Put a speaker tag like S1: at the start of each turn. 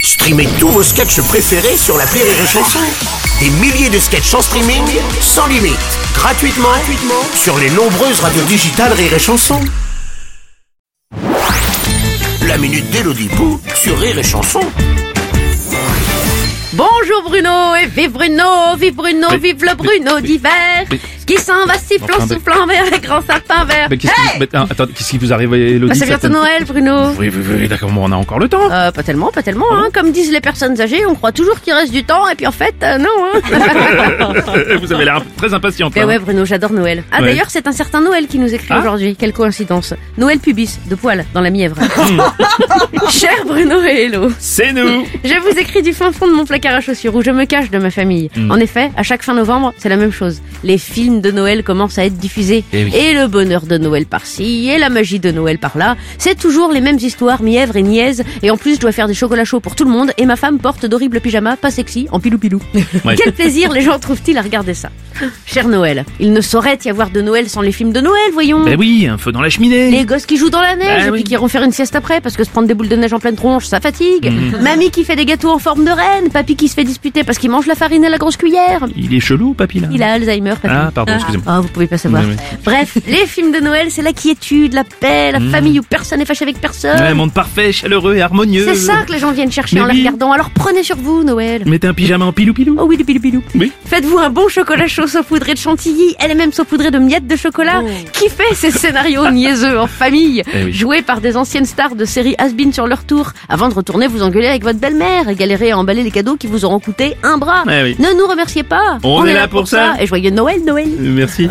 S1: Streamez tous vos sketchs préférés sur la Rire et Chanson. Des milliers de sketchs en streaming, sans limite, gratuitement, gratuitement sur les nombreuses radios digitales Rire et Chanson. La minute d'Elodipou sur Rire et Chanson.
S2: Bonjour Bruno et vive Bruno, vive Bruno, vive le Bruno d'hiver
S3: oui.
S2: qui s'en va sifflant,
S3: Enfin, mais-
S2: soufflant vers les grands sapins verts.
S3: Mais qu'est-ce qui,
S2: Hey
S3: mais, non, attends, qu'est-ce qui vous arrive, Elodie
S2: Bah, c'est bientôt Noël Bruno.
S3: Oui, oui, oui, d'accord, bon, on a encore le temps.
S2: Euh, pas tellement, pas tellement.
S3: Oh.
S2: Hein. Comme disent les personnes âgées, on croit toujours qu'il reste du temps et puis en fait, euh, non. Hein.
S3: vous avez l'air très impatiente.
S2: Mais
S3: hein.
S2: Eh ouais Bruno, j'adore Noël. Ah
S3: Ouais.
S2: d'ailleurs, c'est un certain Noël qui nous écrit
S3: Ah.
S2: aujourd'hui. Quelle coïncidence. Noël pubis, de poil, dans la mièvre.
S3: Hmm.
S2: Cher Bruno et Hello.
S3: C'est nous.
S2: Je vous écris du fin fond de mon placard à chaussures où je me cache de ma famille.
S3: Hmm.
S2: En effet, à chaque fin novembre, c'est la même chose. Les films de Noël commencent à être diffusés.
S3: Eh oui.
S2: Et le bonheur de Noël par-ci, et la magie de Noël par-là. C'est toujours les mêmes histoires, mièvres et niaises. Et en plus, je dois faire des chocolats chauds pour tout le monde. Et ma femme porte d'horribles pyjamas, pas sexy, en pilou-pilou.
S3: Ouais.
S2: Quel plaisir les gens trouvent-ils à regarder ça Cher Noël, il ne saurait y avoir de Noël sans les films de Noël, voyons.
S3: Ben oui, un feu dans la cheminée.
S2: Les gosses qui jouent dans la neige
S3: Bah
S2: et puis
S3: oui.
S2: qui iront faire une sieste après parce que se prendre des boules de neige en pleine tronche, ça fatigue.
S3: Mm.
S2: Mamie qui fait des gâteaux en forme de reine, papy qui se fait disputer parce qu'il mange la farine à la grosse cuillère.
S3: Il est chelou, papy, là.
S2: Il a Alzheimer, papy.
S3: Ah, pardon, excusez-moi.
S2: Ah, vous pouvez pas savoir.
S3: Oui, oui.
S2: Bref, les films de Noël, c'est la quiétude, la paix, la famille où personne n'est fâché avec personne.
S3: Mm. Ouais, monde parfait, chaleureux et harmonieux.
S2: Euh. c'est ça que les gens viennent chercher
S3: Mais
S2: en la
S3: oui.
S2: regardant. Alors prenez sur vous, Noël.
S3: Mettez un pyjama en pilou-pilou.
S2: Oh oui, le pilou pilou.
S3: Oui.
S2: Faites-vous un bon chocolat chaud saupoudré de chantilly, elle est même saupoudrée de miettes de
S3: Oh.
S2: chocolat. Kiffez ces scénarios niaiseux en famille,
S3: Eh oui.
S2: joués par des anciennes stars de séries has-been sur leur tour, avant de retourner vous engueuler avec votre belle-mère et galérer à emballer les cadeaux qui vous auront coûté un bras.
S3: Eh oui.
S2: Ne nous remerciez pas.
S3: On est là pour ça.
S2: Et joyeux Noël, Noël.
S3: Euh, Merci.